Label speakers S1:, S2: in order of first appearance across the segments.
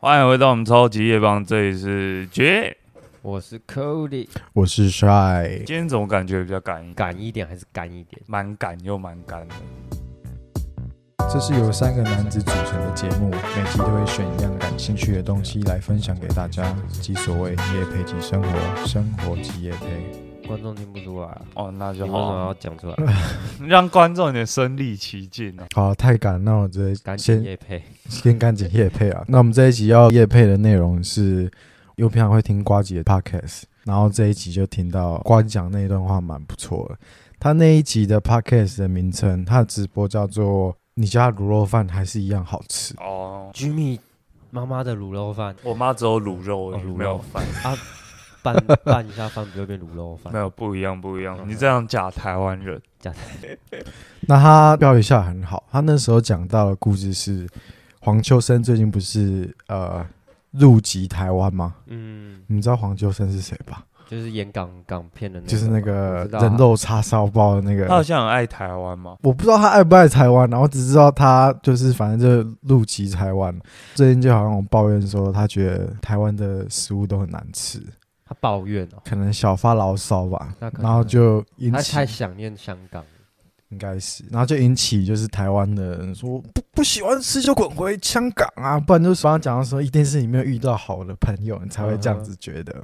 S1: 欢迎回到我们超级夜帮，这里是绝。
S2: 我是 Cody，
S3: 我是帅，
S1: 今天怎么感觉比较赶一点？
S2: 敢一点还是干一点？
S1: 蛮赶又蛮干的。
S3: 这是由三个男子组成的节目，每集都会选一样感兴趣的东西来分享给大家，即所谓夜配即生活，生活即夜配。
S2: 观众听不出来、啊，
S1: 哦，那
S2: 你
S1: 就
S2: 为什
S1: 好
S2: 么
S1: 啊，
S2: 要讲出来？
S1: 让观众有点身临其境啊。
S3: 好，太赶，那我直接
S2: 赶紧
S3: 先
S2: 也配。
S3: 先赶紧夜配啊。那我们这一集要夜配的内容是，因为平常会听瓜姐的 podcast，然后这一集就听到瓜姐讲那一段话蛮不错的。他那一集的 podcast 的名称，他的直播叫做“你家卤肉饭还是一样好吃”。
S1: 哦，
S2: Jimmy 妈妈的卤肉饭，
S1: 我妈只有卤肉而已，
S2: 哦卤肉
S1: 没有饭，
S2: 拌拌一下饭不就变卤肉 饭
S1: 没？有不一样，不一样。
S2: 嗯
S1: 你这样假台湾人，
S3: 那他标一下很好，他那时候讲到的故事是黄秋生最近不是呃入籍台湾吗？
S2: 嗯，
S3: 你知道黄秋生是谁吧？
S2: 就是演港港片的那个嘛，
S3: 就是那
S2: 我
S3: 个
S2: 知道啊哦
S3: 人肉叉烧包的那
S1: 她好
S3: 个。
S1: 像很爱台湾嘛。
S3: 我不知道他爱不爱台湾，然后只知道他就是反正就是入籍台湾。最近就好像我抱怨说，他觉得台湾的食物都很难吃，
S2: 他抱怨哦，
S3: 可能小发牢骚吧
S2: 那可，能
S3: 然后就引
S2: 他
S3: 起
S2: 太想念香港了。
S3: 应该是，然后就引起就是台湾的人说不不喜欢吃就滚回香港啊，不然就是刚刚讲到说哦一定是你没有遇到好的朋友，你才会这样子觉得。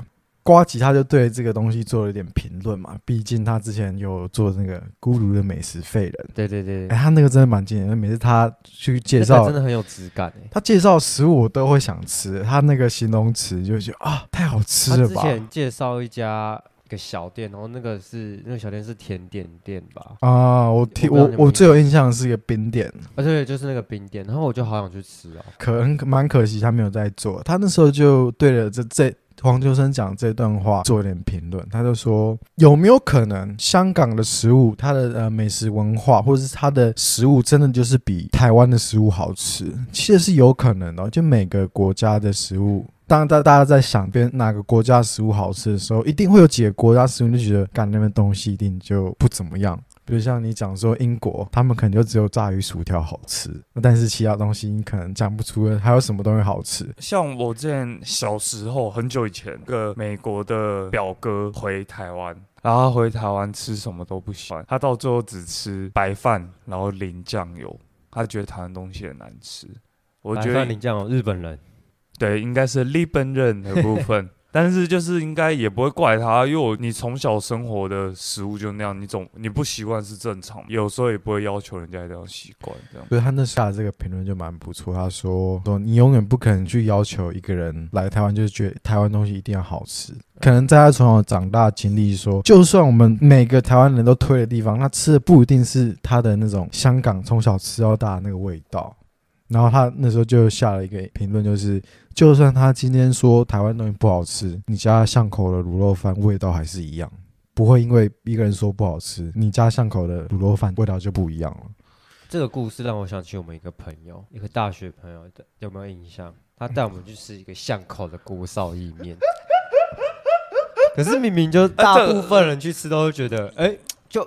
S3: 瓜吉他就对这个东西做了一点评论嘛，毕竟他之前有做那个孤独的美食废人，
S2: 对对对，
S3: 哎、
S2: 对
S3: 他那个真的蛮经典的，每次他去 介
S2: 那
S3: 绍
S2: 个真的很有质感欸诶。
S3: 他介绍食物，我都会想吃，他那个形容词就觉得啊太好
S2: 他
S3: 吃了
S2: 之
S3: 吧。
S2: 前介绍一家一个小店，然后那个是那个小店是甜点店吧？
S3: 啊，我听
S2: 我不知道
S3: 我
S2: 你有没有
S3: 我最有印象的是一个冰店，
S2: 啊对，就是那个冰店，然后我就好想去吃哦。
S3: 可能蛮可惜他没有在做。他那时候就对了这这黄秋生讲这段话做一点评论，他就说有没有可能香港的食物，它的呃美食文化或者是它的呃食物真的就是比台湾的食物好吃？其实是有可能的哦，就每个国家的食物。当大大家在想边哪个国家食物好吃的时候，一定会有几个国家食物你就觉得，干那边东西一定就不怎么样。比如像你讲说英国，他们可能就只有炸鱼薯条好吃，但是其他东西你可能讲不出还有什么东西好吃。
S1: 像我之前小时候很久以前，一个美国的表哥回台湾，然后他回台湾吃什么都不喜欢，他到最后只吃白饭，然后淋酱油，他觉得台湾东西很难吃。我觉
S2: 你
S1: 得
S2: 这样哦，日本人
S1: 对，应该是日本人的部分。但是就是应该也不会怪他，因为我你从小生活的食物就那样，你总你不习惯是正常，有时候也不会要求人家一定要习惯这样。
S3: 所以他那下的这个评论就蛮不错，他说说你永远不可能去要求一个人来台湾就是觉得台湾东西一定要好吃，可能在他从小长大的经历说，就算我们每个台湾人都推的地方，他吃的不一定是他的那种香港从小吃到大的那个味道。然后他那时候就下了一个评论，就是就算他今天说台湾东西不好吃，你家巷口的卤肉饭味道还是一样，不会因为一个人说不好吃，你家巷口的卤肉饭味道就不一样了。
S2: 这个故事让我想起我们一个朋友，一个大学朋友，有没有印象？他带我们去吃一个巷口的锅烧意面，可是明明就大部分人去吃都会觉得，哎、就，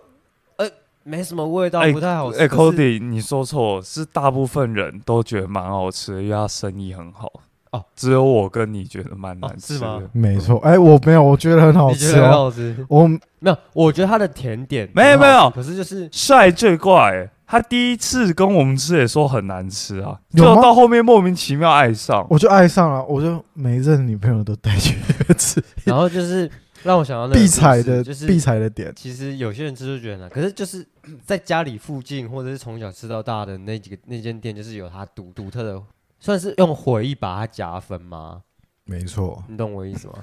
S2: 哎、没什么味道，
S1: 哎
S2: 不太好吃。
S1: 哎、c o
S2: 可
S1: d
S2: 是
S1: y 你说错，是大部分人都觉得蛮好吃的，因为它生意很好。
S2: 哦，
S1: 只有我跟你觉得蛮难吃的、
S2: 哦是吗
S3: 没错，哎、我没有，我觉得很好
S2: 你觉
S3: 吃
S2: 得很
S3: 哦。
S2: 好吃？
S3: 我
S2: 没有，我觉得他的甜点
S1: 没有
S2: 很好
S1: 没有
S2: 吃可是就是
S1: 帅最怪、他第一次跟我们吃也说很难吃啊，就
S3: 有吗
S1: 到后面莫名其妙爱上。
S3: 我就爱上了，我就每一任女朋友都带去 吃
S2: 然后就是让我想到那个
S3: 必
S2: 故事
S3: 踩的
S2: 就是
S3: 必踩的点。
S2: 其实有些人吃就觉得很难，可是就是 在家里附近或者是从小吃到大的那几个那间店，就是有它独独特的，算是用回忆把它加分吗？
S3: 没错，
S2: 你懂我意思吗？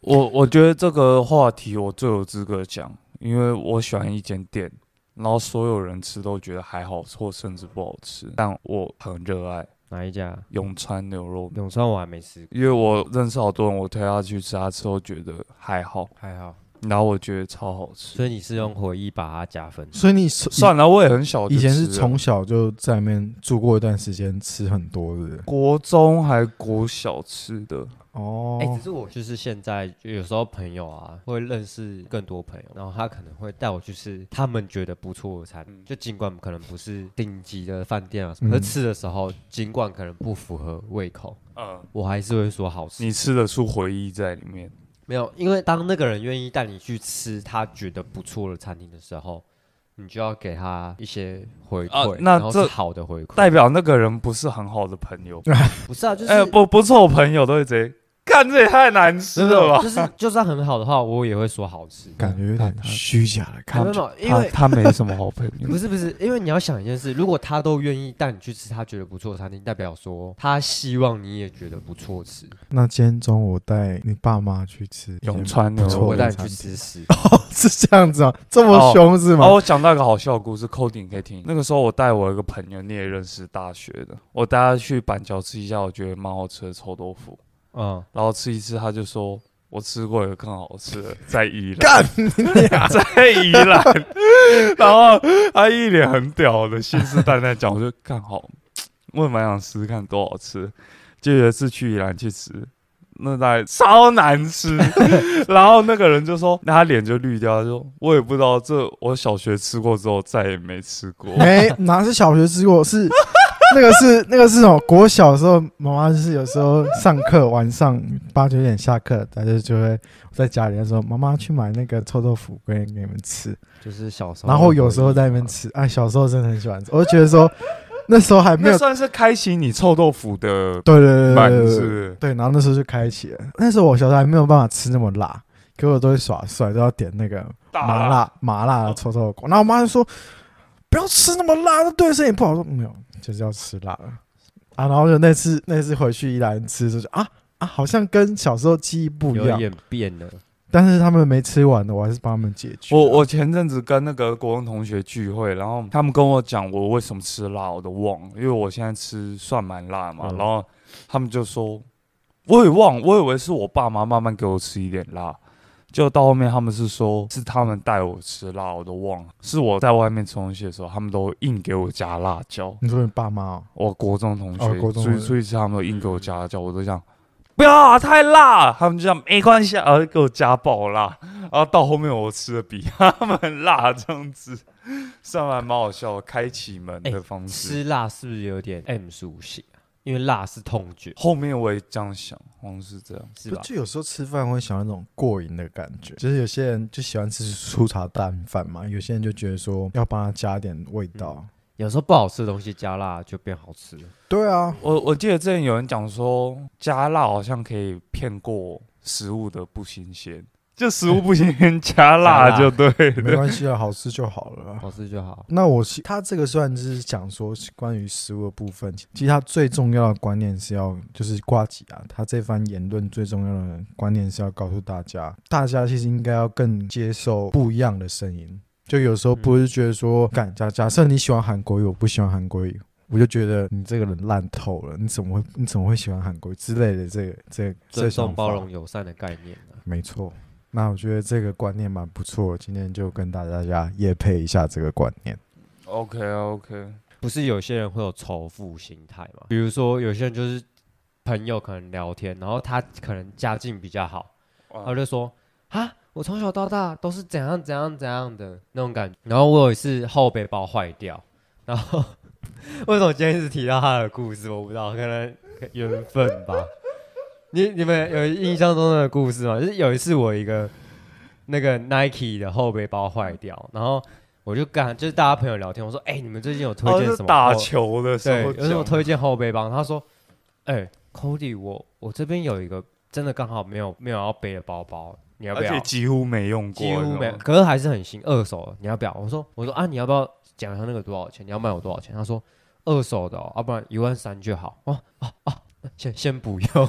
S1: 我我觉得这个话题我最有资格讲，因为我喜欢一间店，然后所有人吃都觉得还好，或甚至不好吃，但我很热爱
S2: 哪一家？
S1: 永川牛肉面，
S2: 永川我还没吃过，
S1: 因为我认识好多人，我推他去吃，他吃都觉得还好。
S2: 还好。
S1: 然后我觉得超好吃。
S2: 所以你是用回忆把它加分。
S3: 所以你是
S1: 算了，我也很小就
S3: 以
S1: 吃了，
S3: 前是从小就在那边住过一段时间，吃很多的
S1: 国中还国小吃的，
S3: 哦
S2: 哎、只是我就是现在有时候朋友啊会认识更多朋友，然后他可能会带我去吃他们觉得不错的餐，就尽管可能不是顶级的饭店啊什么，
S3: 嗯
S2: 可是吃的时候尽管可能不符合胃口，
S1: 嗯，
S2: 我还是会说好吃。
S1: 你吃得出回忆在里面。
S2: 没有，因为当那个人愿意带你去吃他觉得不错的餐厅的时候，你就要给他一些回
S1: 啊
S2: 馈，
S1: 那
S2: 然后是
S1: 这
S2: 好的回馈。
S1: 代表那个人不是很好的朋友，
S2: 不是啊，就是、
S1: 哎、不不错，朋友都会直接，看这也太难吃
S2: 没有
S1: 了吧？
S2: 就是 就算很好的话，我也会说好吃。
S3: 感觉有点虚假的
S2: 没有
S3: 感
S2: 没
S3: 觉。
S2: 有，因为
S1: 他没什么好朋友
S2: 不是不是，因为你要想一件事，如果他都愿意带你去吃他觉得不错的餐厅，代表说他希望你也觉得不错吃，
S3: 那今天中午我带你爸妈去吃一间
S1: 永川牛
S3: 不
S1: 肉
S3: 错
S2: 我带
S3: 的
S2: 你去
S3: 餐
S2: 吃
S3: 厅，
S2: 屎。
S3: 是这样子啊？这么凶是 吗？
S1: 哦，我讲到一个好笑的故事，扣顶可以听。那个时候我带我一个朋友，你也认识，大学的，我带他去板桥吃一下，我觉得蛮好吃的臭豆腐，
S2: 嗯，
S1: 然后吃一次他就说。我吃过一个更好吃的，在宜兰，
S3: 干你俩
S1: 在宜兰，啊 然后他一脸很屌的信誓旦旦讲，我就看好，我也蛮想试试看多好吃。就有一次去宜兰去吃，那大概超难吃， 然后那个人就说，那他脸就绿掉，他说我也不知道，这我小学吃过之后再也没吃过。
S3: 没哪是小学吃过，是那个是那个是什么？国小的时候，妈妈就是有时候上课晚上八九点下课，大家就会在家里她说：“妈妈去买那个臭豆腐给给你们吃。
S2: 就是小时”候的回忆嘛。
S3: 然后有时候在那边吃，哎，小时候真的很喜欢吃，我就觉得说那时候还没
S1: 那
S3: 有，呃
S1: 算是开启你臭豆腐的
S3: 对对对
S1: 门，是不
S3: 对对对，
S1: 是？
S3: 对，然后那时候就开启了。那时候我小时候还没有办法吃那么辣，可我都会耍帅，都要点那个麻辣麻辣的臭臭锅。然后我妈就说：“不要吃那么辣，那对身体不好。”我说：“没有，就是要吃辣的啊。”然后就那次那次回去宜兰吃，就是啊啊，好像跟小时候记忆不一
S2: 有
S3: 样。
S2: 点变了，
S3: 但是他们没吃完的，我还是帮他们解决。
S1: 我我前阵子跟那个国中同学聚会，然后他们跟我讲我为什么吃辣，我都忘了，因为我现在吃算蛮辣嘛。
S2: 嗯
S1: 然后他们就说，我也忘，我以为是我爸妈慢慢给我吃一点辣，就到后面他们是说是他们带我吃辣，我都忘了。是我在外面吃东西的时候，他们都硬给我加辣椒。
S3: 你说你爸妈哦，
S1: 我国中同学，
S3: 哦国中
S1: 出去
S3: 同学嗯
S1: 出去吃，他们都硬给我加辣椒，我都想不要啊，太辣了。他们就这样没关系啊，然后给我加爆辣，然后到后面我吃的比 他们辣，这样子，上来蛮好笑的，开启门的方
S3: 嗯
S1: 式。
S2: 吃辣哎是不是有点 M 属性啊？因为辣是痛觉，
S1: 后面我也这样想，好像是这样。
S2: 是
S3: 不
S2: 吧？
S3: 就有时候吃饭会喜欢那种过瘾的感觉，就是有些人就喜欢吃粗茶淡饭嘛，有些人就觉得说要帮他加点味道。
S2: 有时候不好吃的东西加辣就变好吃了。
S3: 对 啊，
S1: 我我记得之前有人讲说，加辣好像可以骗过食物的不新鲜，就食物不新鲜加辣就对
S3: 没
S1: 了。
S3: 关系啊，好吃就好了啊。
S2: 好吃就好。
S3: 那我其他这个算是讲说是关于食物的部分，其实他最重要的观念是要就是挂几啊，他这番言论最重要的观念是要告诉大家，大家其实应该要更接受不一样的声音。就有时候不是觉得说，感假假设你喜欢韩国语，我不喜欢韩国语，我就觉得你这个人烂透了，你怎么会你怎么会喜欢韩国语之类的这个这个
S2: 尊
S3: 这
S2: 重、
S3: 种
S2: 包容、友善的概念、啊、
S3: 没错，那我觉得这个观念蛮不错，今天就跟大家也配一下这个观念。
S1: OK OK，
S2: 不是有些人会有仇富心态嘛？比如说有些人就是朋友可能聊天，然后他可能家境比较好，他就说啊，我从小到大都是怎样怎样怎样的那种感觉。然后我有一次后背包坏掉，然后为什么今天一直提到他的故事？我不知道，可能缘分吧。你你们有印象中的故事吗？就是有一次我一个那个 Nike 的后背包坏掉，然后我就跟就是大家朋友聊天，我说：“哎、你们最近有推
S1: 哦，
S2: 荐
S1: 是
S2: 什么后？
S1: 打球的时
S2: 对，
S1: 候
S2: 有
S1: 讲
S2: 什
S1: 的
S2: 么推荐后背包？”他说：“哎、c o d y 我我这边有一个真的刚好没有没有要背的包包，你要不
S1: 而
S2: 要？”
S1: 且几乎没用过，
S2: 几乎没有，可是还是很新，二手的，你要不要？我说我说啊，你要不要讲一下那个多少钱？你要卖我多少钱？他说二手的、哦，要、不然一万三就好。哦哦哦，先先不用，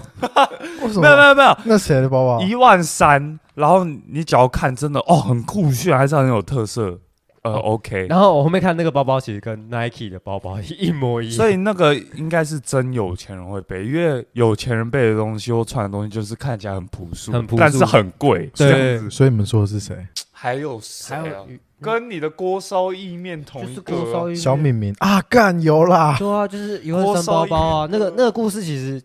S3: 为什
S1: 没有没有没有
S3: 那谁的包包？
S1: 哦一万三，然后你只要看真的哦很酷炫，还是很有特色，呃，OK，
S2: 然后我后面看那个包包，其实跟 Nike 的包包一模一样，
S1: 所以那个应该是真有钱人会背，因为有钱人背的东西或穿的东西就是看起来很朴素，
S2: 很朴素
S1: 但是很贵。
S2: 对
S1: 这样子
S3: 所以你们说的是谁？
S1: 还有谁啊
S2: 还有？鱼
S1: 跟你的锅烧意面同
S2: 就
S1: 一
S2: 是
S1: 个
S2: 锅烧
S1: 啊，
S2: 意
S3: 小
S2: 面
S3: 敏敏啊，干有 啦！
S2: 对啊，就是一
S1: 锅
S2: 万三
S1: 烧
S2: 包
S1: 一
S2: 包啊， 那个那个故事其实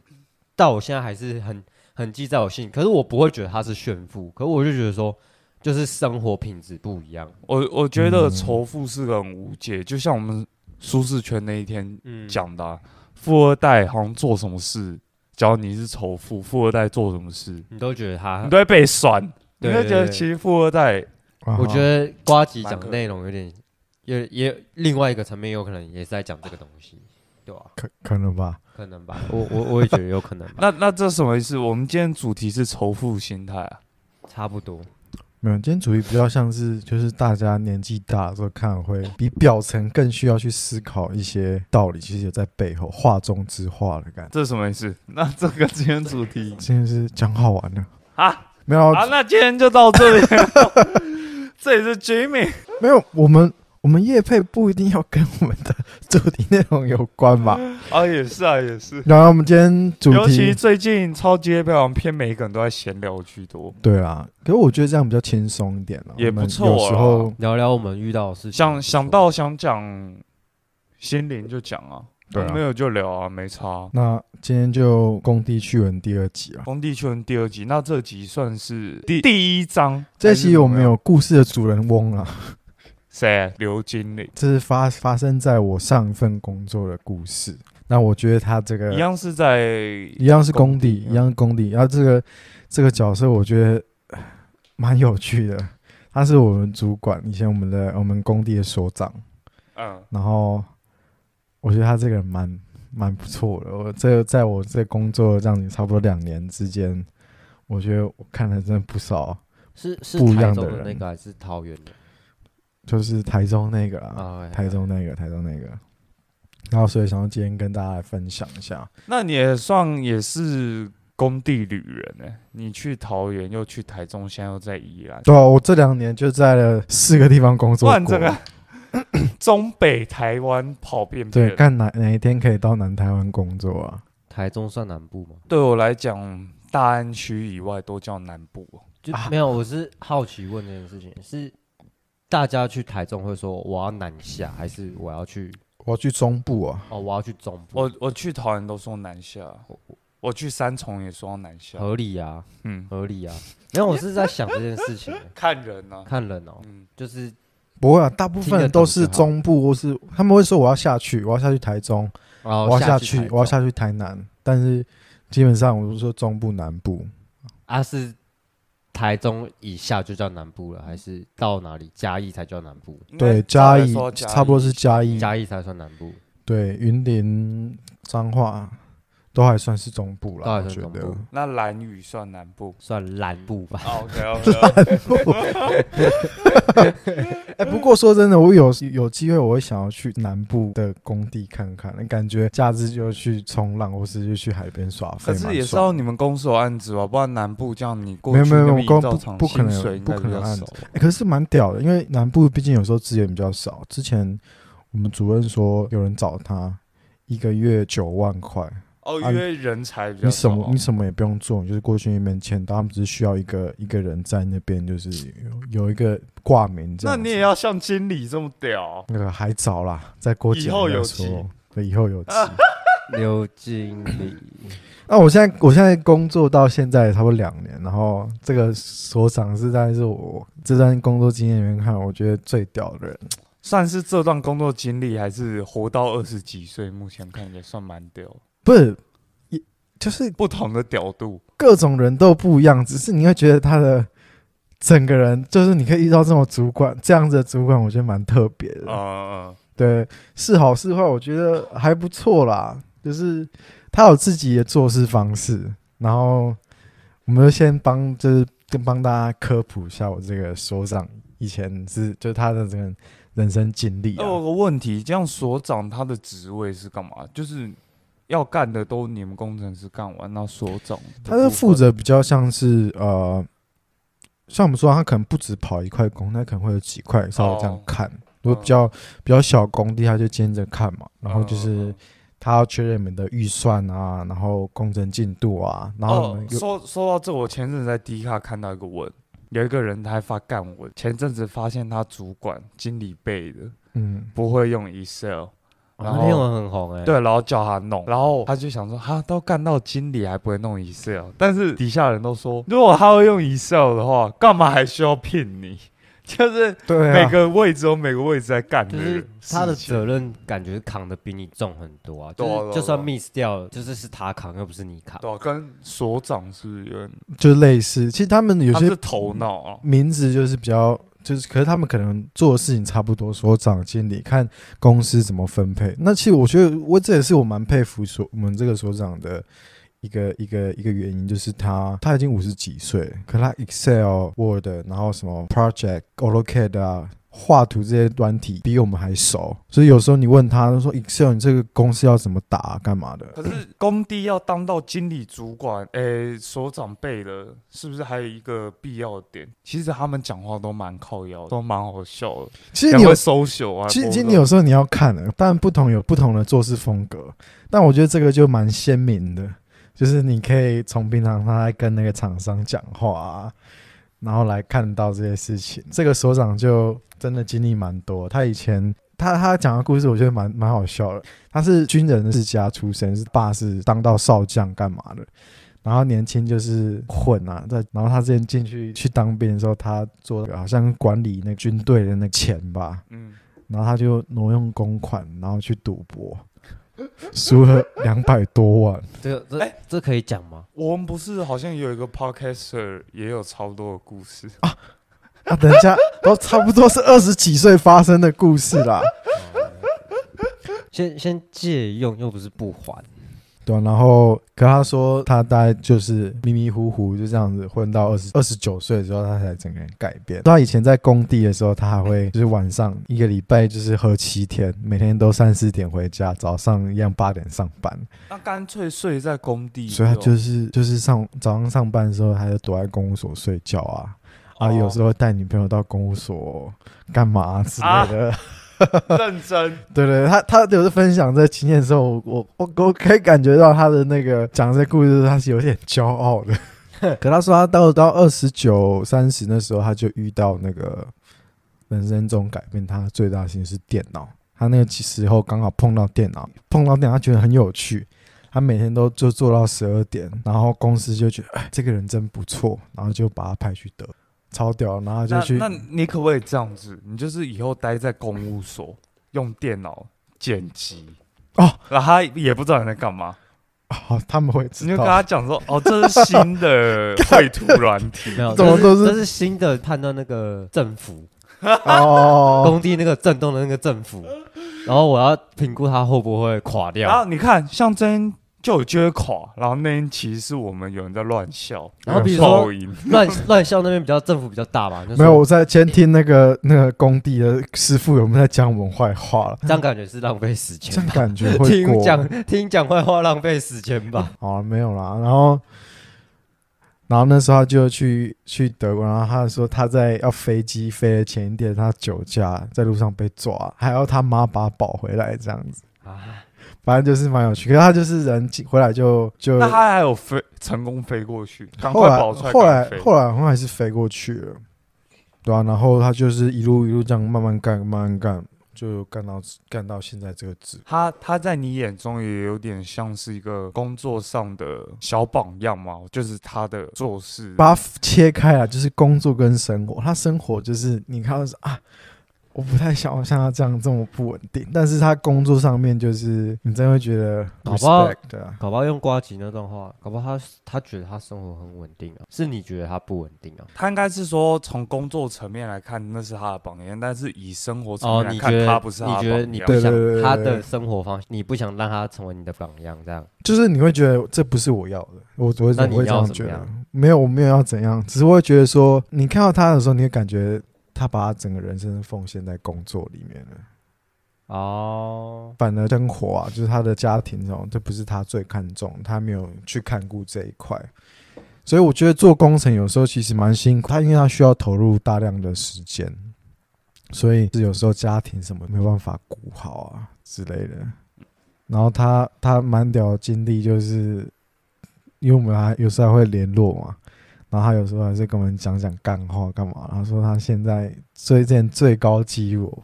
S2: 到我现在还是很很记在我心里，可是我不会觉得它是炫富，可我就觉得说，就是生活品质不一样。
S1: 我我觉得
S3: 嗯
S1: 仇富是个很无解，就像我们舒适圈那一天
S2: 嗯，
S1: 讲的啊、富二代好像做什么事，只要你是仇富，富二代做什么事，
S2: 你都觉得他
S1: 你都会被酸，你
S2: 对
S1: 会觉得其实富二代
S2: 我觉
S3: 得
S2: 得瓜吉
S1: 蛮
S2: 讲
S1: 可
S2: 的内容有点，也也另外一个层面有可能也是在讲这个东西，对吧、
S3: 可可能吧。
S2: 可能吧， 我我我也觉得有可能 吧，
S1: 那那这什么意思？我们今天主题是仇富心态啊。
S2: 差不多。
S3: 没有，今天主义比较像是就是大家年纪大的时候看会比表层更需要去思考一些道理，其实有在背后话中之话的感觉。
S1: 这是什么意思？ 那这个今天主题
S3: 今天是讲好玩的，
S1: 啊，
S3: 没有
S1: 好，那今天就到这里 了。这里是 Jimmy，
S3: 没有，我们我们业配不一定要跟我们的主题内容有 关吧？
S1: 啊，也是啊，也是。
S3: 然后我们今天主
S1: 尤其
S3: 题
S1: 最近超级票房片，每一个人都在闲聊居多。
S3: 对啦，可是我觉得这样比较轻松一点了，
S1: 也
S3: 我们
S1: 不错啊
S3: 有时候
S2: 聊聊我们遇到的事情，
S1: 想
S2: 不错
S1: 想到想讲心灵就讲啊，
S3: 对啊
S1: 没有就聊啊，没差啊。
S3: 那今天就工地趣闻第二集啊。
S1: 工地圈第二集，那这集算是第第一章。
S3: 这期
S1: 有
S3: 我们有故事的主人翁啊，
S1: 谁啊？刘经理，
S3: 这是发发生在我上一份工作的故事。那我觉得他这个
S1: 一样是在
S3: 一样是工地，
S1: 工地
S3: 一样是工地。然嗯啊后这个这个角色，我觉得呃蛮有趣的。他是我们主管，以前我们的我们工地的所长。
S1: 嗯。
S3: 然后我觉得他这个人蛮蛮不错的。我这在我这工作这样子差不多两年之间，我觉得我看了真的不少，
S2: 是是
S3: 不一
S2: 台
S3: 样的
S2: 中的那
S3: 人
S2: 个还是桃园的
S3: 就是台中那个啦，
S2: 啊？
S3: 台中那个，台中那个。然后所以想要今天跟大家来分享一下，
S1: 那你也算也是工地旅人呢、你去桃园，又去台中，现在又在宜兰，
S3: 对啊，我这两年就在了四个地方工作
S1: 不
S3: 过
S1: 然。这
S2: 啊
S1: 个 中北台湾跑遍遍
S3: 对，。看哪哪一天可以到南台湾工作啊？
S2: 台中算南部吗？
S1: 对我来讲，大安区以外都叫南部哦、
S2: 就
S3: 啊
S2: 没有，我是好奇问这件事情，是大家去台中会说我要南下，还是我要去
S3: 我要去中部啊，
S2: 哦我要去中部？
S1: 我我去桃园都说南下，我去三重也说南下。
S2: 合理啊，
S1: 嗯，
S2: 合理啊。没有，我是在想这件事情欸，
S1: 看人呢、啊。
S2: 看人哦，
S1: 嗯，
S2: 就是
S3: 不会啊，大部
S2: 听
S3: 分
S2: 得
S3: 人
S2: 懂
S3: 都
S2: 就是好
S3: 中部，或是他们会说我要下去，我要下去台中，
S2: 哦
S3: 我要下
S2: 去台
S3: 去，
S2: 中，
S3: 我要下去台南。但是基本上我是说中部、南部，
S2: 啊是台中以下就叫南部了，还是到哪里嘉义才叫南部？
S1: 应该
S3: 对嘉义
S1: 照来说嘉
S3: 差不多是嘉义，
S2: 嘉义才算南部，
S3: 对云林、彰化都还算是中部
S2: 都
S3: 啦，
S2: 还
S3: 我
S2: 算
S3: 觉
S2: 中
S3: 得
S2: 部。
S1: 那蓝屿算南部。
S2: 算南部 吧。
S1: OK OK，
S3: 哎， 不过说真的，我有有机会，我会想要去南部的工地看看，感觉假日就去冲浪，或是就去海边耍飞。
S1: 可是也
S3: 蛮
S1: 是
S3: 爽
S1: 要
S3: 的
S1: 你们公司有案子吧，不然南部这样你过
S3: 没有
S1: 去
S3: 没有
S1: 那
S3: 我
S1: 边
S3: 公
S1: 营造
S3: 不
S1: 厂
S3: 不可能
S1: 薪水应
S3: 不
S1: 该
S3: 可
S1: 比较
S3: 能案
S1: 少
S3: 子欸可是蛮屌的，因为南部毕竟有时候资源比较少。之前我们主任说有人找他，一个月九万块，
S1: 哦，
S3: 啊
S1: 因为人才比较
S3: 你什
S1: 少。啊
S3: 么你什么也不用做，你就是过去那边签到，他们只是需要一个一个人在那边，就是有有一个挂名这
S1: 那
S3: 样。
S1: 你也。要像经理这么屌？
S3: 那个还早啦，再过几
S1: 以后
S3: 年再
S1: 有
S3: 说
S1: 期。
S3: 对，以后有期。
S2: 刘经 理，
S3: 那啊我现在我现在工作到现在差不多两年，然后这个所长是在是我这段工作经验里面看，我觉得最屌的人。
S1: 算是这段工作经历，还是活到二十几岁，目前看也算蛮屌。
S3: 不是，也就是
S1: 不同的屌度，
S3: 各种人都不一样，只是你会觉得他的整个人，就是你可以遇到这种主管，这样子的主管，我觉得蛮特别的。
S1: 嗯
S3: 对，是好是坏，我觉得还不错啦。就是他有自己的做事方式，然后我们就先帮就是跟帮大家科普一下我这个所长以前是就是他的这个人生经历、
S1: 那
S3: 啊。
S1: 我有个问题，这样所长他的职位是干嘛？就是要干的都你们工程师干完，那所长
S3: 他是负责比较像是呃像我们说，他可能不止跑一块工，他可能会有几块稍微这样
S1: 哦
S3: 看。如果比较比较小工地，他就兼着看嘛，然后就是
S1: 嗯
S3: 他要确认你们的预算啊，然后工程进度啊，然后你
S1: 哦
S3: 们，有
S1: 说说到这，我前阵子在 D 卡看到一个文，有一个人他还发干文，前阵子发现他主管经理背的
S3: 嗯，
S1: 不会用 Excel，
S2: 哦
S1: 然
S2: 那
S1: 后
S2: 天文很红哎、
S1: 对，然后叫他弄，然后他就想说，哈，都干到经理还不会弄 Excel，但是底下人都说，如果他会用 Excel 的话，干嘛还需要聘你？ 就是
S3: 对啊，
S1: 每个位置有每个位置在干的
S2: 就
S1: 事情，
S2: 是他的责任感觉扛的比你重很多啊，就
S1: 对啊对啊
S2: 是就算
S1: 对
S2: miss 掉了，就是是他扛又不是你扛。
S1: 对啊、跟所长是不是有点，
S3: 就类似。其实他们有
S1: 他
S3: 些
S1: 是头脑啊，
S3: 名字就是比较，就是可是他们可能做的事情差不多，所长、经理看公司怎么分配。那其实我觉得我这也是我蛮佩服所我们这个所长的一个 一个一个原因，就是他他已经五十几岁了，可他 Excel、Word，然后什么 Project、AutoCAD 啊。画图这些软体比我们还熟，所以有时候你问他，他说 Excel 你这个公式要怎么打、干嘛的？
S1: 可是工地要当到经理、主管，诶、所长辈的，是不是还有一个必要点？其实他们讲话都蛮靠腰，都蛮好笑的，
S3: 其实
S1: 讲
S3: 你有
S1: 会收手啊。
S3: 其实，
S1: 不
S3: 其实
S1: 知
S3: 你有时候你要看的，但不同有不同的做事风格，但我觉得这个就蛮鲜明的，就是你可以从平常他在跟那个厂商讲话、啊，然后来看到这些事情。这个所长就真的经历蛮多，他以前。他他讲的故事我觉得蛮蛮好笑的。他是军人世家出身，是爸是当到少将干嘛的，然后年轻就是混啊，在然后他之前进去去当兵的时候，他做好像管理那个军队的那个钱吧，
S1: 嗯，
S3: 然后他就挪用公款，然后去赌博，输了两百多万。
S2: 这个这
S1: 哎
S2: 这可以讲吗？
S1: 我们不是好像有一个 podcaster 也有超多的故事，
S3: 啊，人家都差不多是二十几岁发生的故事啦，
S2: 先先借用又不是不还，
S3: 对啊、然后可他说他大概就是迷迷糊糊就这样子混到二十二十九岁的时候，他才整个人改变。他以前在工地的时候，他还会就是晚上一个礼拜就是喝七天，每天都三四点回家，早上一样八点上班。
S1: 那干脆睡在工地，
S3: 所以他就是是就是上早上上班的时候，他就躲在公务所睡觉啊，啊，有时候带女朋友到公务所干嘛啊、之类的。
S1: 候 认真，
S3: 对对，他他有时分享这经验的时候，我我我可以感觉到他的那个讲这故事，他是有点骄傲 的。可他说他到到二十九、三十那时候，他就遇到那个人生中改变他最大的事情是电脑。他那个时候刚好碰到电脑，碰到电脑他觉得很有趣。他每天都就做到十二点，然后公司就觉得哎这个人真不错，然后就把他派去德国，超屌，然后他就去
S1: 那那你可不可以这样子？你就是以后待在公务所，用电脑剪辑
S3: 哦，
S1: 然后他也不知道你在干嘛，
S3: 哦，他们会
S1: 你
S3: 知
S1: 就跟
S3: 道
S1: 他 讲说，哦，这是新的绘图软体，
S2: 没有，
S3: 怎么
S2: 这
S3: 都是
S2: 这是新的判断那个政府
S3: 哦，
S2: 工地那个震动的那个政府，然后我要评估它会不会垮
S1: 然后
S2: 掉。
S1: 你看，像这间就有机会垮，然后那天其实是我们有人在乱笑，
S2: 然后比如
S1: 噪
S2: 说
S1: 音，
S2: 乱乱校那边比较政府比较大吧，就
S3: 没有，
S2: 说
S3: 我在监听那个那个工地的师傅有没有在讲我们坏话了？
S2: 这样感觉是浪费时
S3: 这
S2: 间
S3: 样
S2: 吧。
S3: 感觉会
S2: 听
S3: 过。
S2: 讲听讲坏话浪费时间吧。
S3: 好了，没有啦。然后，然后那时候他就去去德国，然后他说他在要飞机飞的前一天，他酒驾在路上被抓，还要他妈把他保回来，这样子。
S2: 啊，
S3: 反正就是蛮有趣，可是他就是人回来就就
S1: 那他还有飞成功飞过去，赶
S3: 后
S1: 快
S3: 来
S1: 跑出来，
S3: 后来
S1: 赶快飞
S3: 后来好像还是飞过去了，对啊，然后他就是一路一路这样慢慢干，慢慢干，就干到干到现在这个职
S1: 他他在你眼中也有点像是一个工作上的小榜样嘛，就是他的做事，
S3: 把它切开了，就是工作跟生活。他生活就是你看到是啊，我不太想像他这样这么不稳定，但是他工作上面就是你真的会觉得
S2: 搞不好
S3: respect 对啊，
S2: 搞不好用瓜吉那段话，搞不好他他觉得他生活很稳定啊，是你觉得他不稳定啊？
S1: 他应该是说从工作层面来看那是他的榜样，但是以生活层
S2: 哦，
S1: 面来
S2: 你
S1: 看、
S2: 觉得
S1: 他不是
S2: 你
S1: 他的
S2: 觉
S1: 榜
S2: 得
S1: 样。
S2: 你
S3: 对
S2: 不
S3: 对对
S2: 想
S3: 对
S2: 他
S3: 对
S2: 的生活方式，你不想让他成为你的榜样，这样
S3: 就是你会觉得这不是我要的，我我会
S2: 那你
S3: 我会这
S2: 要
S3: 样
S2: 怎
S3: 觉
S2: 么
S3: 得
S2: 样，
S3: 没有我没有要怎样，只是我会觉得说，你看到他的时候，你会感觉他把他整个人生奉献在工作里面了。
S2: 哦，
S3: 反而生活啊，就是他的家庭哦，这不是他最看重，他没有去看顾这一块，所以我觉得做工程有时候其实蛮辛苦，它因为它需要投入大量的时间，所以是有时候家庭什么没办法顾好啊之类的。然后他他蛮屌的经历就是，因为我们还有时候还会联络嘛，然后他有时候还是跟我们讲讲干话干嘛，然后说他现在最近最高纪录，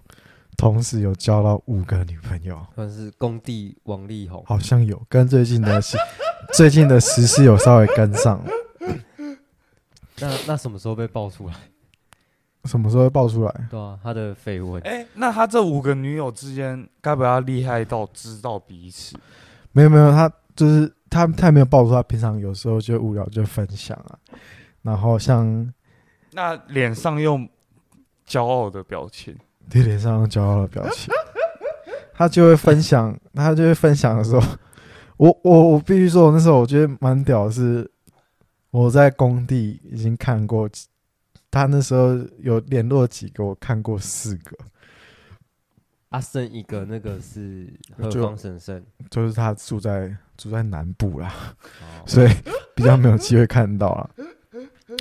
S3: 同时有交到五个女朋友。
S2: 算是工地王力宏，
S3: 好像有跟最近的时 最近的时事有稍微跟上，
S2: 那那什么时候被爆出来？
S3: 什么时候会爆出来？
S2: 对啊，他的绯闻，
S1: 哎、那他这五个女友之间，该不要厉害到知道彼此？
S3: 没有没有，他就是他他也没有爆出，他平常有时候就无聊就分享啊，然后像
S1: 那脸上用骄傲的表情，
S3: 对脸上骄傲的表情，他就会分享，他就会分享的时候， 我我我必须说，我那时候我觉得蛮屌的是，我在工地已经看过几，他那时候有联络几个，我看过四个，
S2: 啊，剩一个那个是何
S3: 就
S2: 方神圣，
S3: 就是他住在住在南部啦。
S2: 哦
S3: 所以比较没有机会看到了。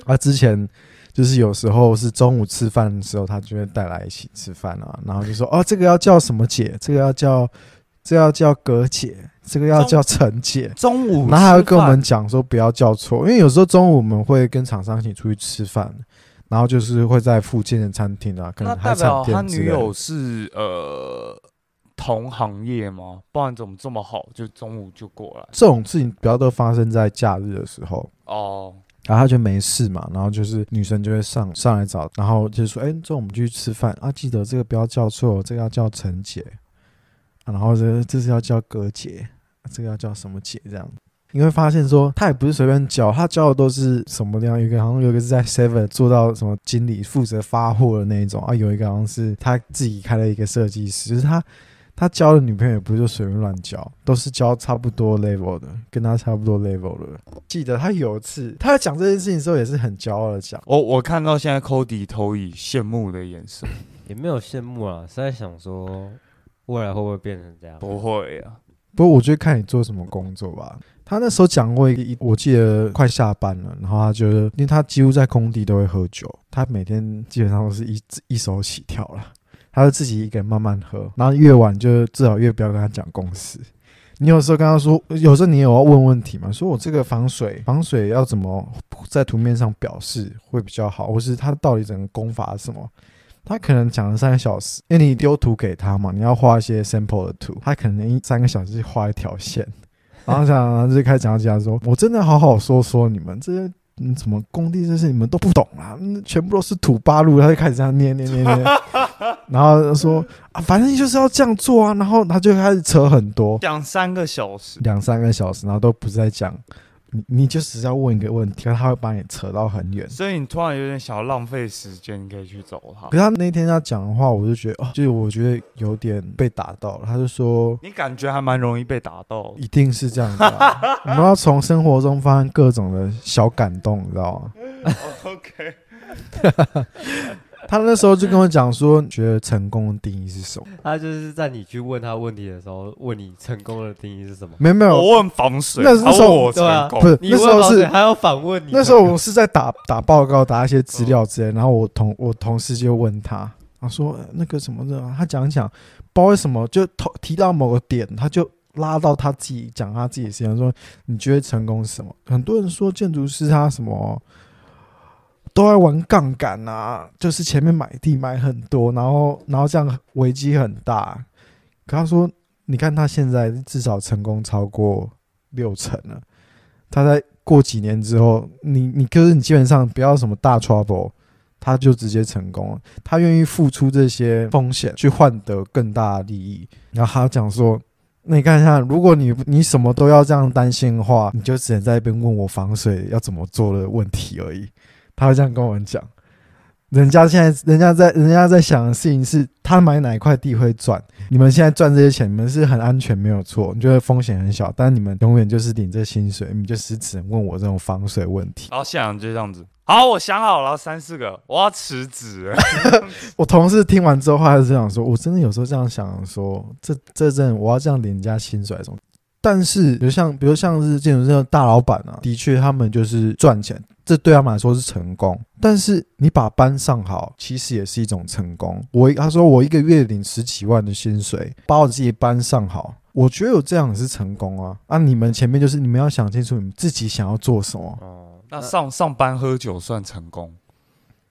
S3: 啊，之前就是有时候是中午吃饭的时候，他就会带来一起吃饭啊，然后就说哦，这个要叫什么姐，这个要叫，这个要叫葛姐，这个要叫陈姐。
S1: 中午
S3: 然后还会跟我们讲说不要叫错，因为有时候中午我们会跟厂商一起出去吃饭，然后就是会在附近的餐厅啊，可
S1: 那
S3: 能
S1: 代
S3: 海
S1: 表
S3: 产
S1: 他
S3: 店之
S1: 女
S3: 类的。
S1: 友是呃同行业吗？不然怎么这么好，就中午就过来？
S3: 这种事情比较多发生在假日的时候，
S1: 哦，
S3: 然后他就没事嘛，然后就是女生就会上上来找，然后就说：“哎、中午我们去吃饭啊，记得这个不要叫错，这个要叫陈姐、啊，然后这这是要叫葛姐，这个要叫什么姐这样。”你会发现说，他也不是随便叫，他叫的都是什么样一个，好像有一个是在 Seven 做到什么经理，负责发货的那一种啊，有一个好像是他自己开了一个设计师，就是他他交的女朋友也不是就随便乱交，都是交差不多 level 的，跟他差不多 level 的。记得他有一次，他在讲这件事情的时候也是很骄傲的讲，
S1: 我我看到现在 Cody 投以羡慕的眼 神，
S2: 也没有羡慕啊，是在想说未来会不会变成这样？
S1: 不会啊，
S3: 不过我觉得看你做什么工作吧。他那时候讲过一个，我记得快下班了，然后他就是因为他几乎在工地都会喝酒，他每天基本上都是一一手起跳了，他就自己一个人慢慢喝，然后越晚就至少越不要跟他讲公司。你有时候跟他说，有时候你有要问问题嘛，说我这个防水防水要怎么在图面上表示会比较好，或是它到底整个功法是什么？他可能讲了三个小时，因为你丢图给他嘛，你要画一些 sample 的图，他可能一三个小时就画一条线，然后讲，然后就开始讲讲说，我真的好好说说你们这些。嗯，什么工地这些你们都不懂啊？嗯全部都是土八路，他就开始这样念念念念， 然后就说啊，反正就是要这样做啊，然后他就开始扯很多，
S1: 讲三个小时，
S3: 两三个小时，然后都不是在讲，你你就只是要问一个问题，可是他会把你扯到很远。
S1: 所以你突然有点想要浪费时间，你可以去找他
S3: 可。是他那天他讲的话，我就觉得哦，就是我觉得有点被打到了。他就说，
S1: 你感觉还蛮容易被打
S2: 哦
S1: 到 的，
S3: 一定是这样子、啊， 我们要从生活中发现各种的小感动，你知 道吗？
S1: OK，
S3: 他那时候就跟我讲说，觉得成功的定义是什么？
S2: 他就是在你去问他问题的时候，问你成功的定义是什么？
S3: 没有没有，
S1: 我问防水，
S3: 那是
S1: 他
S3: 那时
S1: 问
S3: 候
S1: 我成
S2: 对啊
S1: 功，
S3: 不是
S2: 哦你
S3: 那
S2: 问
S3: 时候
S2: 老师
S3: 是
S2: 还要反问你，
S3: 那时候我是在打打报告，打一些资料之类，然后我同我同事就问他，他说呃那个什么的，他讲一讲，不知道为什么就头提到某个点，他就拉到他自己讲他自己的事情，说你觉得成功是什么？很多人说建筑师他什么。都在玩杠杆啊，就是前面买地买很多，然后然后这样危机很大。可他说，你看他现在至少成功超过六成了，他在过几年之后，你你就是你基本上不要什么大 trouble，他就直接成功了。他愿意付出这些风险去换得更大的利益。然后他讲说，那你看一下，如果你你什么都要这样担心的话，你就只能在一边问我防水要怎么做的问题而已。他会这样跟我们讲。人家现在，人家在，人家在想的事情是，他买哪一块地会赚。 你们现在赚这些钱，你们是很安全，没有错，你觉得风险很小，但你们永远就是领这薪水，你们就是只能问我这种防水问题。
S1: 然后现场就这样子。好，我想好了，三四个，我要辞职了。
S3: 我同事听完之后，他就这样说：“我真的有时候这样想说，这这阵我要这样领人家薪水，什么？但是，比如像，比如像是建筑这种大老板啊，的确他们就是赚钱，这对他们来说是成功。但是你把班上好，其实也是一种成功。我他说我一个月领十几万的薪水，把我自己班上好，我觉得有这样也是成功啊。啊，你们前面就是你们要想清楚你们自己想要做什么。
S2: 哦，
S1: 那 上上班喝酒算成功？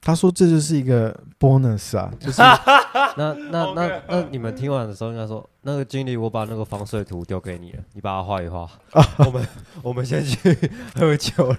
S3: 他说这就是一个 bonus 啊，就是
S2: 那那那那你们听完的时候应该说，那个经理，我把那个防水图丢给你了，你把它画一 画。我们我们先去喝酒了。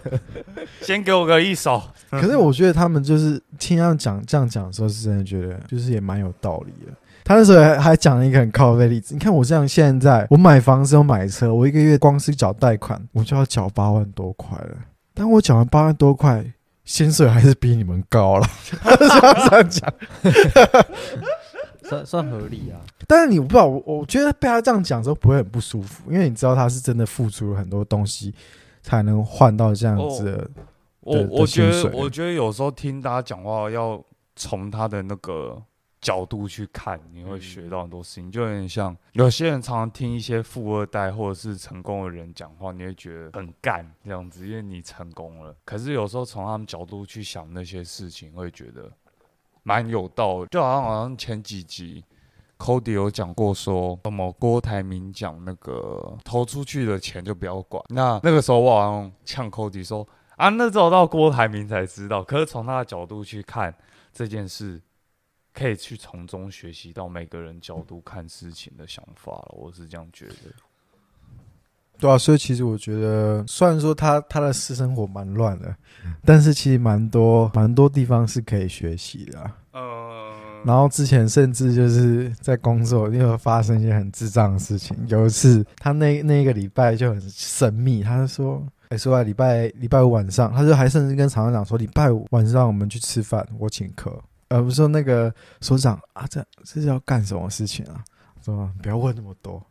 S1: 先给我个一手。
S3: 可是我觉得他们就是听他们讲这样讲的时候，是真的觉得就是也蛮有道理的。他那时候还还讲了一个很靠背的例子，你看我这样现在，我买房子，我买车，我一个月光是缴贷款，我就要缴八万多块了。但我缴完八万多块，薪水还是比你们高了。他是要这样讲，
S2: 算算合理啊。
S3: 但是你不知道，我我觉得被他这样讲的时候不会很不舒服，因为你知道他是真的付出了很多东西，才能换到这样子的。
S1: 我
S3: 的
S1: 我
S3: 的
S1: 觉
S3: 薪
S1: 得
S3: 水
S1: 我觉得有时候听大家讲话要从他的那个角度去看，你会
S2: 嗯
S1: 学到很多事情。就有点像有些人常常听一些富二代或者是成功的人讲话，你会觉得很干这样子，因为你成功了。可是有时候从他们角度去想那些事情，会觉得蛮有道理。就好像好像前几集 Cody 有讲过说，什么郭台铭讲那个投出去的钱就不要管。那那个时候我好像呛 Cody 说啊，那只有到郭台铭才知道。可是从他的角度去看这件事，可以去从中学习到每个人角度看事情的想法了。我是这样觉得。
S3: 对啊，所以其实我觉得，虽然说他他的私生活蛮乱的，但是其实蛮多蛮多地方是可以学习的啊、
S1: 嗯
S3: 然后之前甚至就是在工作，因为发生一些很智障的事情。有一次，他那那一个礼拜就很神秘，他就说：“哎、说啊，礼拜礼拜五晚上，他就还甚至跟厂长讲说，礼拜五晚上我们去吃饭，我请客。”呃，我说那个所长啊，这这是要干什么事情啊？说不要问那么多。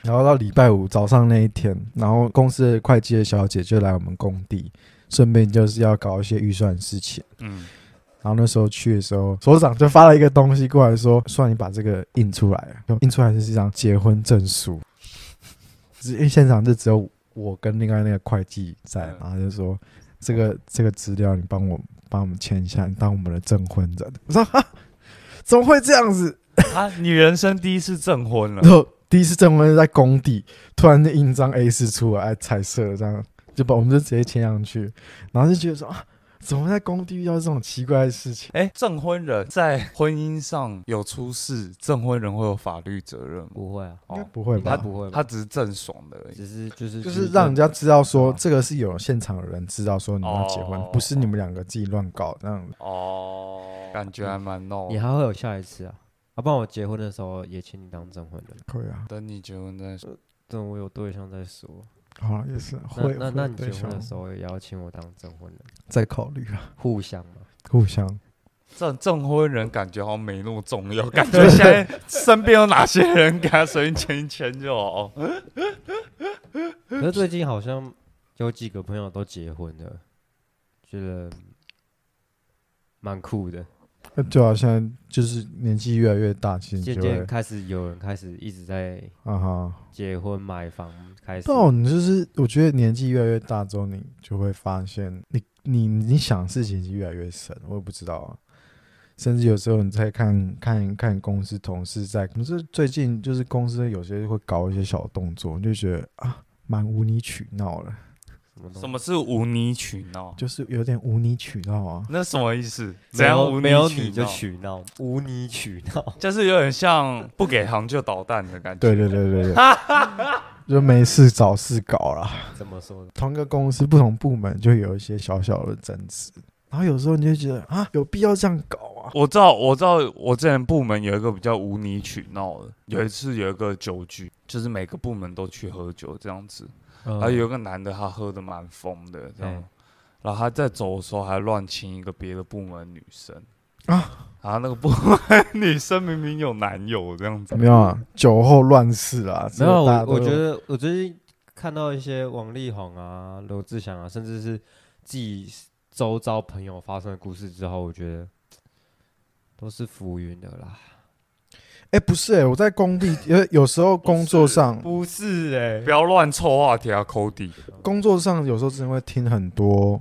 S3: 然后到礼拜五早上那一天，然后公司的会计的小姐就来我们工地，顺便就是要搞一些预算事情。
S1: 嗯，
S3: 然后那时候去的时候，所长就发了一个东西过来说：“算你把这个印出来，印出来是一张结婚证书。”只因为现场就只有我跟另外那个会计在，
S1: 嗯
S3: 然后就说：“这个这个资料你帮我帮我们签一下，你当我们的证婚人。”我说：“哈，怎么会这样子
S1: 啊，你人生第一次证婚？” 了
S3: 然，后第一次证婚是在工地，突然就印一张 A 4出来，彩色的这样，就把我们就直接签上去，然后就觉得说啊，怎么会在工地遇到这种奇怪的事情？
S1: 哎、证婚人在婚姻上有出事，证婚人会有法律责任吗？
S2: 不会啊，
S3: 应该
S1: 哦，
S3: 不会
S2: 应该
S3: 吧？
S2: 不会吧，
S1: 他只是郑爽的而已。
S2: 只是就是啊
S3: 就是让人家知道说
S1: 哦
S3: 这个是有现场的人知道说你们要结婚，
S1: 哦
S3: 不是你们两个自己乱搞那样。
S1: 哦，感觉还蛮闹
S2: 你
S1: 的。
S2: 还会有下一次啊。要、不然我结婚的时候也请你当证婚人，
S3: 可以啊，
S1: 等你结婚再说。
S2: 等我有对象再说。
S3: 好了，也是
S2: 那
S3: 会
S2: 那
S3: 会
S2: 那你结
S3: 对
S2: 婚的
S3: 象
S2: 时候也要请我当证婚人，
S3: 再考虑啊，
S2: 互相嘛。
S3: 互相。
S1: 证证婚人感觉好像没那么重 要，感觉现在身边有哪些人给他随便签一签就好。
S2: 可是最近好像有几个朋友都结婚了，觉得蛮酷的。
S3: 那对啊，现在就是年纪越来越大，其实
S2: 渐
S3: 就
S2: 渐
S3: 会
S2: 开始有人开始一直在
S3: 啊哈。
S2: 结婚买房，开始
S3: 到啊你就是我觉得年纪越来越大之后，你就会发现你你你想的事情是越来越深，我也不知道啊。甚至有时候你在看看看公司同事在，可是最近就是公司有些会搞一些小动作，你就觉得啊，蛮无理取闹了，
S2: 什么东
S1: 什么是无理取闹？
S3: 就是有点无理取闹啊。
S1: 那什么意思？怎
S2: 没
S1: 样
S2: 有
S1: 无理
S2: 没有
S1: 取
S2: 你就
S1: 闹
S2: 取闹，无你取闹。
S1: 就是有点像不给糖就捣蛋的感觉。
S3: 对对对 对对，就没事找事搞啦。
S2: 怎么说呢？
S3: 同一个公司不同部门就有一些小小的争执，然后有时候你就觉得啊，有必要这样搞啊？
S1: 我知道，我知道，我之前部门有一个比较无理取闹的。有一次有一个酒局，就是每个部门都去喝酒这样子。
S3: 嗯
S1: 然后有一个男的，他喝的蛮疯的这样
S2: 嗯，
S1: 然后他在走的时候还乱亲一个别的部门女生
S3: 啊，
S1: 然后那个部门女生明明有男友这样子，
S3: 没有啊，酒后乱世啊，
S2: 没有，
S3: 大家
S2: 我
S3: 都
S2: 我觉得我最近看到一些王力宏啊、罗志祥啊，甚至是自己周遭朋友发生的故事之后，我觉得都是浮云的啦。
S3: 哎、不是哎、我在工地，因为有时候工作上，
S2: 不是哎、
S1: 不要乱凑话题啊，抠地。
S3: 工作上有时候真的会听很多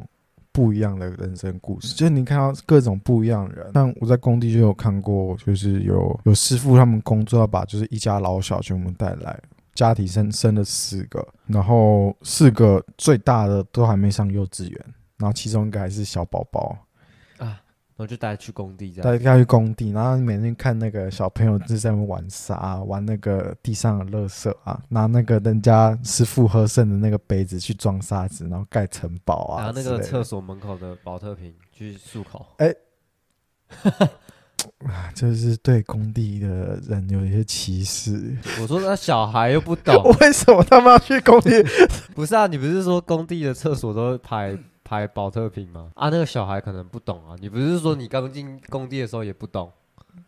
S3: 不一样的人生故事，就是你看到各种不一样的人。像我在工地就有看过，就是有有师傅他们工作要把就是一家老小全部带来，家庭生生了四个，然后四个最大的都还没上幼稚园，然后其中一个还是小宝宝，
S2: 啊，然后就带他去工地这
S3: 带
S2: 样。
S3: 他去工地，然后每天看那个小朋友就在那边玩沙、玩那个地上的垃圾啊，拿那个人家师傅喝剩的那个杯子去装沙子，然后盖城堡啊，
S2: 然后那
S3: 之类
S2: 个
S3: 的
S2: 厕所门口的保特瓶去漱口，
S3: 就是对工地的人有一些歧视。
S2: 我说那小孩又不 懂，
S3: 为什么他们要去工地？
S2: 不是啊？你不是说工地的厕所都排排保特瓶吗？啊，那个小孩可能不懂啊。你不是说你刚进工地的时候也不懂？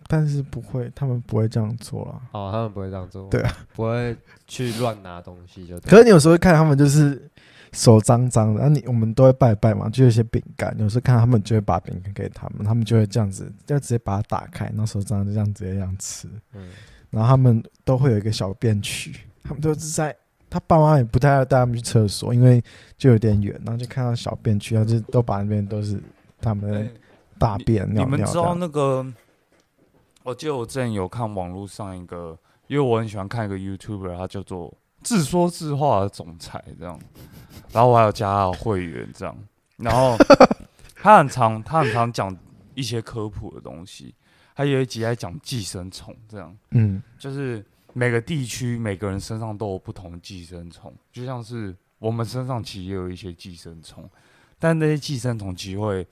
S3: 但是不会，他们不会这样做啦。
S2: 哦，他们不会这样做，
S3: 对啊，
S2: 不会去乱拿东西就对。
S3: 可是你有时候会看他们就是手脏脏的，那、你我们都会拜拜嘛，就有一些饼干，有时候看他们就会把饼干给他们，他们就会这样子，就直接把它打开，那手脏脏就这样直接这样吃，
S2: 嗯，
S3: 然后他们都会有一个小便区，他们都是在。他爸妈也不太要带他们去厕所，因为就有点远，然后就看到小便区，然后就都把那边都是他们的大便、
S1: 你
S3: 尿
S1: 们
S3: 尿
S1: 知
S3: 这
S1: 道
S3: 样。
S1: 那个？我记得我之前有看网络上一个，因为我很喜欢看一个 YouTuber，他叫做自说自话的总裁这样，然后我还有加他的会员这样，然 后他很常他很常讲一些科普的东西，还有一集在讲寄生虫这样，
S3: 嗯，
S1: 就是每个地区每个人身上都有不同的寄生虫，就像是我们身上其实也有一些寄生虫，但那些寄生虫其实会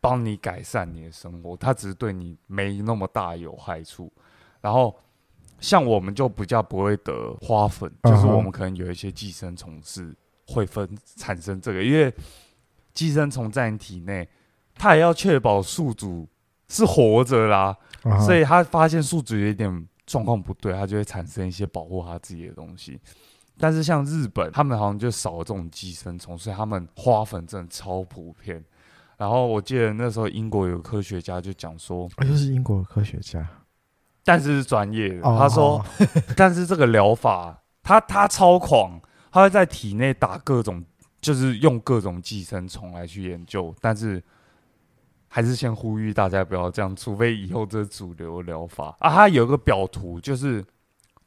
S1: 帮你改善你的生活，它只是对你没那么大有害处。然后像我们就比较不会得花粉，就是
S3: 嗯哼
S1: 我们可能有一些寄生虫是会分产生这个，因为寄生虫在你体内，它也要确保宿主是活着啦。
S3: 啊哈
S1: 所以他发现宿主有一点状况不对，他就会产生一些保护他自己的东西。但是像日本，他们好像就少了这种寄生虫，所以他们花粉真的超普遍。然后我记得那时候英国有科学家就讲说，
S3: 啊又是英国的科学家，
S1: 但是是专业的，
S3: 哦
S1: 他说，但是这个疗法，他他超狂，他会在体内打各种，就是用各种寄生虫来去研究，但是还是先呼吁大家不要这样，除非以后这是主流疗法啊。他有一个表图，就是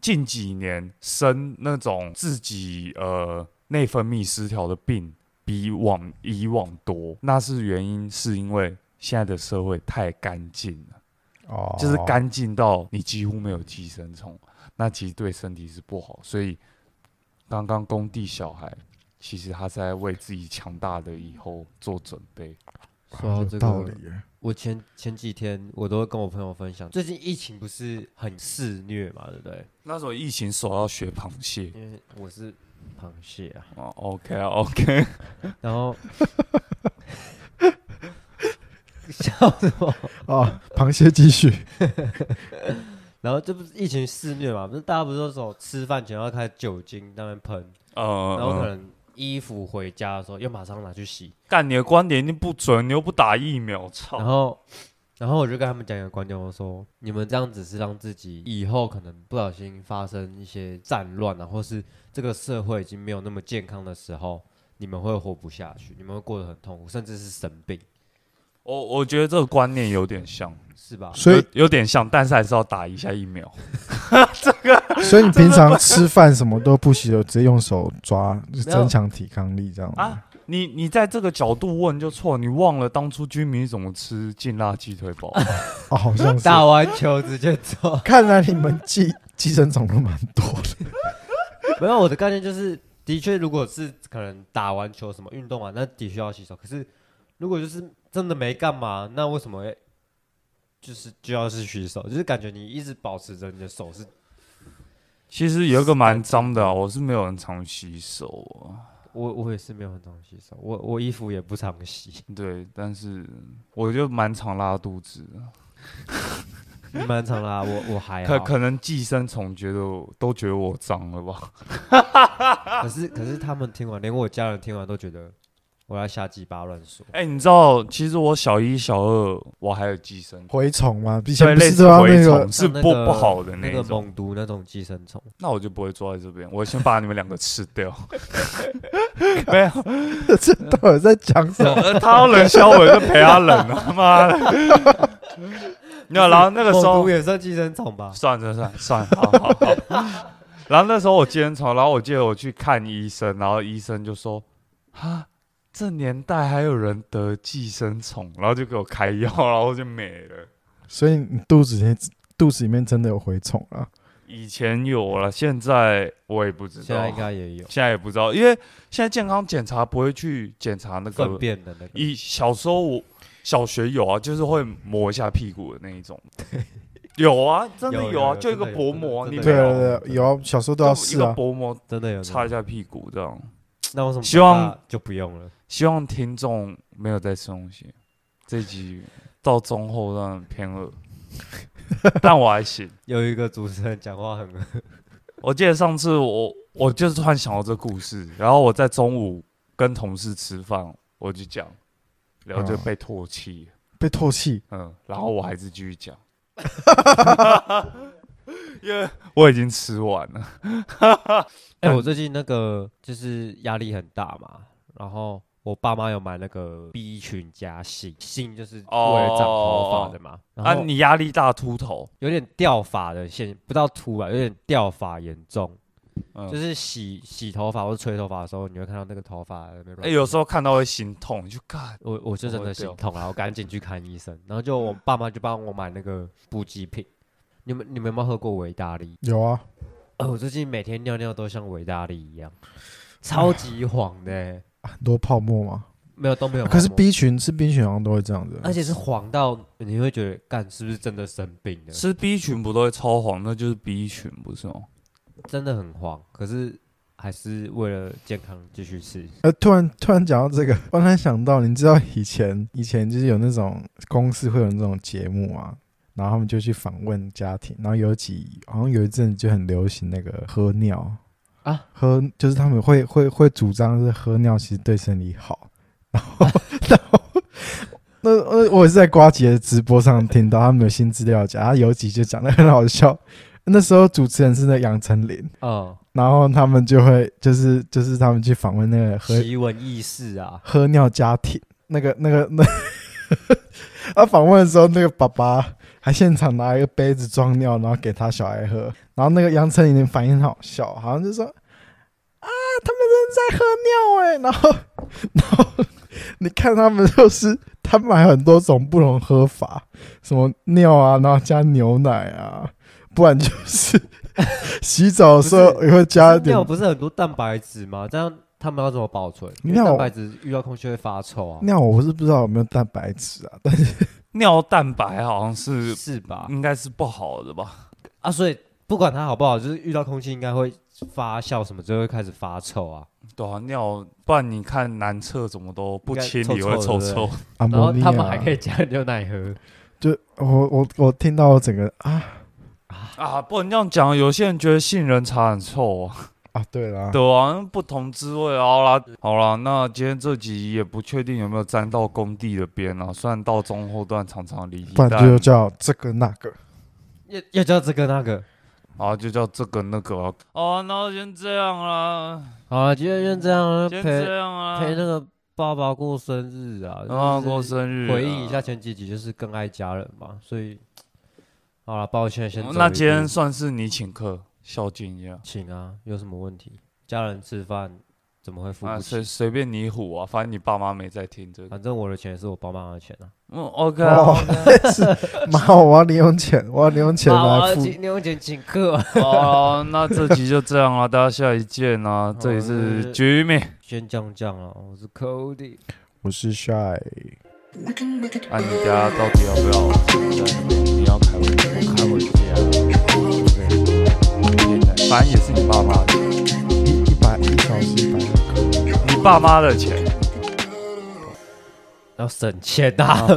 S1: 近几年生那种自己呃内分泌失调的病比往以往多，那是原因是因为现在的社会太干净了。
S3: 哦，
S1: 就是干净到你几乎没有寄生虫，那其实对身体是不好。所以刚刚工地小孩，其实他是在为自己强大的以后做准备。
S2: 说到
S3: 哦有
S2: 这
S3: 道
S2: 个
S3: 理，耶。
S1: 嗯
S2: 我前前几天我都会跟我朋友分享，最近疫情不是很肆虐嘛，对不对？
S1: 那时候疫情手要学螃蟹
S2: 因为我是螃蟹啊，
S1: 哦，OK 啊 OK，
S2: 然后笑什么？
S3: 哦，螃蟹继续。
S2: 然后这不是疫情肆虐嘛？不是大家不是说什么吃饭前要开酒精在那边喷，然后可
S1: 呃，
S2: 能衣服回家的时候又马上拿去洗，
S1: 干你的观点一定不准，你又不打疫苗，
S2: 然
S1: 操！
S2: 后。然后我就跟他们讲一个观点，我说你们这样只是让自己以后可能不小心发生一些战乱啊，或是这个社会已经没有那么健康的时候，你们会活不下去，你们会过得很痛苦，甚至是生病，
S1: 我我觉得这个观念有点像，
S2: 是
S1: 啊
S2: 吧？
S3: 所以，
S1: 有有点像，但是还是要打一下疫苗。
S3: 所以你平常吃饭什么都不洗手，直接用手抓，就
S1: 没有
S3: 增强抵抗力这样
S1: 啊
S3: 啊？
S1: 你你在这个角度问就错，你忘了当初居民怎么吃劲辣鸡腿堡。
S3: 哦，好像是。
S2: 打完球直接走。
S3: 看来你们寄寄生虫都蛮多的。
S2: 没有，我的概念就是，的确，如果是可能打完球什么运动啊，那的确要洗手。可是如果就是真的没干嘛，那为什么会就是就要是洗手？就是感觉你一直保持着你的手是，
S1: 其实有一个蛮脏的、啊，我是没有很常洗手啊。
S2: 我我也是没有很常洗手，我我衣服也不常洗，
S1: 对，但是我就蛮常拉肚子的，
S2: 你蛮常啦、我我还
S1: 可
S2: 好。
S1: 可能寄生虫觉得我都觉得我脏了吧？啊
S2: 可是可是他们听完，连我家人听完都觉得我要瞎鸡巴乱说。
S1: 哎、你知道，其实我小一、小二我还有寄生虫，
S3: 蛔虫嘛，以
S1: 对，
S3: 前不
S1: 类
S3: 是
S1: 似
S3: 都要那
S1: 蛔
S3: 个
S1: 虫是
S2: 像那
S1: 不
S2: 个
S1: 不好的
S2: 那
S1: 那
S2: 个
S1: 一种。
S2: 猛毒那种寄生虫，
S1: 那我就不会坐在这边，我先把你们两个吃 掉。没有，
S3: 这到底在讲什么？
S1: 呃他要冷笑，我就陪他冷啊！妈的， 没有，然后那个时
S2: 猛
S1: 候
S2: 毒也算寄生虫吧？
S1: 哦算了算了算了，好好好。然后那时候我今天床，然后我记得我去看医生，然后医生就说：“啊，这年代还有人得寄生虫？”然后就给我开药，然后就没了。
S3: 所以你肚子里面肚子里面真的有蛔虫啊？
S1: 以前有了，现在我也不知道，
S2: 现在应该也有
S1: 现在也不知道，因为现在健康检查不会去检查那
S2: 粪
S1: 个。
S2: 便的那个。
S1: 以小时候我小学有啊，就是会磨一下屁股的那一 种。有啊，真的
S2: 有
S1: 有啊，
S2: 有有
S1: 就一个
S2: 真的有
S1: 薄膜，
S2: 真
S1: 你
S2: 的
S3: 对
S1: 没有
S3: 对对，有啊小时候都要
S1: 就一
S3: 试
S1: 个
S3: 啊。
S1: 薄膜
S2: 真的有
S1: 擦
S2: 那
S1: 一下屁股这样。
S2: 那为什么
S1: 希望
S2: 长大就不用了？
S1: 希望听众没有在吃东西，这一 集到中后段偏恶， 但我还行。
S2: 有一个主持人讲话很
S1: 我记得上次我我就是突然想到这故事，然后我在中午跟同事吃饭，我就讲，然后就
S3: 嗯
S1: 被唾弃，
S3: 被唾弃，
S1: 嗯，然后我还是继续 讲，因为我已经吃完了。
S2: 哎、我最近那个就是压力很大嘛，然后我爸妈有买那个 B 群加锌，锌就是为了长头发的嘛，
S1: 啊，
S2: 然后
S1: 你压力大秃头，
S2: 有点掉发的现，不到秃啊，有点掉发严重，
S1: 嗯，
S2: 就是洗洗头发或者吹头发的时候，你会看到那个头发在那边
S1: 哎、
S2: 乱。
S1: 有时候看到会心痛，你就看，
S2: 我我就真的心
S1: 我会
S2: 痛啊了，我赶紧去看医生，然后就我爸妈就帮我买那个补给品。你们你们有没有喝过维达利？
S3: 有啊，
S2: 呃，我最近每天尿尿都像维达利一样，超级黄的欸、
S3: 啊很多泡沫嘛。
S2: 没有都没有
S3: 啊
S2: 泡沫。
S3: 可是 B 群是 B 群好像都会这样子，
S2: 而且是黄到你会觉得，干是不是真的生病了？
S1: 吃 B 群不都会超黄，那就是 B 群不是吗？
S2: 真的很黄，可是还是为了健康继续吃。
S3: 呃，突然突然讲到这个，我突然想到，你知道以前以前就是有那种公司会有那种节目啊，然后他们就去访问家庭，然后有几好像有一阵就很流行那个喝尿
S2: 啊，
S3: 喝就是他们会会会主张是喝尿其实对身体好，然后 然后。那呃，我也是在瓜姐的直播上听到他们有新资料讲，他有几就讲的很好笑。那时候主持人是那杨丞琳，
S2: 嗯，
S3: 然后他们就会就是就是他们去访问那个喝
S2: 奇闻异事啊，
S3: 喝尿家庭，那个那个那， 他访问的时候，那个爸爸还现场拿一个杯子装尿，然后给他小孩喝，然后那个杨丞琳的反应很好笑，好像就说啊，他们真的在喝尿哎、然后 然后你看他们就是他们还有很多种不同喝法，什么尿啊，然后加牛奶啊，不然就是 洗澡的时候
S2: 不
S3: 也会加一点
S2: 尿不是很多蛋白质吗？这样他们要怎么保存？因为
S3: 尿
S2: 蛋白质遇到空气会发臭啊，
S3: 尿，我是不知道有没有蛋白质啊，但是
S1: 尿蛋白好像是
S2: 是吧？
S1: 应该是不好的吧？
S2: 啊，所以不管它好不好，就是遇到空气应该会发酵什么，就会开始发臭啊。
S1: 对啊，尿，不然你看男厕怎么都不清理
S2: 应该
S1: 会
S2: 臭臭
S1: 臭
S2: 的
S1: 臭。
S3: 阿
S2: 然
S3: 摩
S2: 后
S3: 尼啊
S2: 他们
S3: 亚
S2: 还可以加牛奶喝，
S3: 就我我我听到我整个啊
S1: 啊，不能这样讲，有些人觉得杏仁茶很臭 啊，
S3: 啊，对啦，
S1: 对啊，不同滋味啊。好啦，好啦，那今天这集也不确定有没有沾到工地的边啊，虽然到中后段常常离题，
S3: 不然
S1: 但
S3: 就叫这个那个。
S2: 要要叫这个那个。
S1: 啊就叫这个那个啊。哦，那先这样啦，
S2: 好了，今天就这样了，
S1: 先
S2: 陪
S1: 这样啊，
S2: 陪那个爸爸过生日啊，
S1: 啊
S2: 就是
S1: 过生日啊，
S2: 回应一下前几集，就是更爱家人嘛，所以好了，抱歉，先
S1: 哦。
S2: 走一步
S1: 那今天算是你请客，孝敬一下。
S2: 请啊，有什么问题？家人吃饭怎么会付
S1: 啊，
S2: 不
S1: 随
S2: 起？
S1: 随便你唬啊，反正你爸妈没在听这个。
S2: 反正我的钱是我爸妈的钱啊，
S1: 嗯，OK，啊
S3: 哦， 是妈，我要零用钱，我要零用钱来付。
S2: 你用钱请客，
S1: 哦，那这集就这样了，大家下一见 啊！这里
S2: 好
S1: 是
S2: 的
S1: 局面
S2: 先降降啊，我是 Cody。
S3: 我是 shy。
S1: 啊，你等下到底要不要？你要开回去，我开回去啊！对不对反正也是你爸妈的，
S3: 一一百一小时一百二，
S1: 你爸妈的钱。哦
S2: 要省钱啊！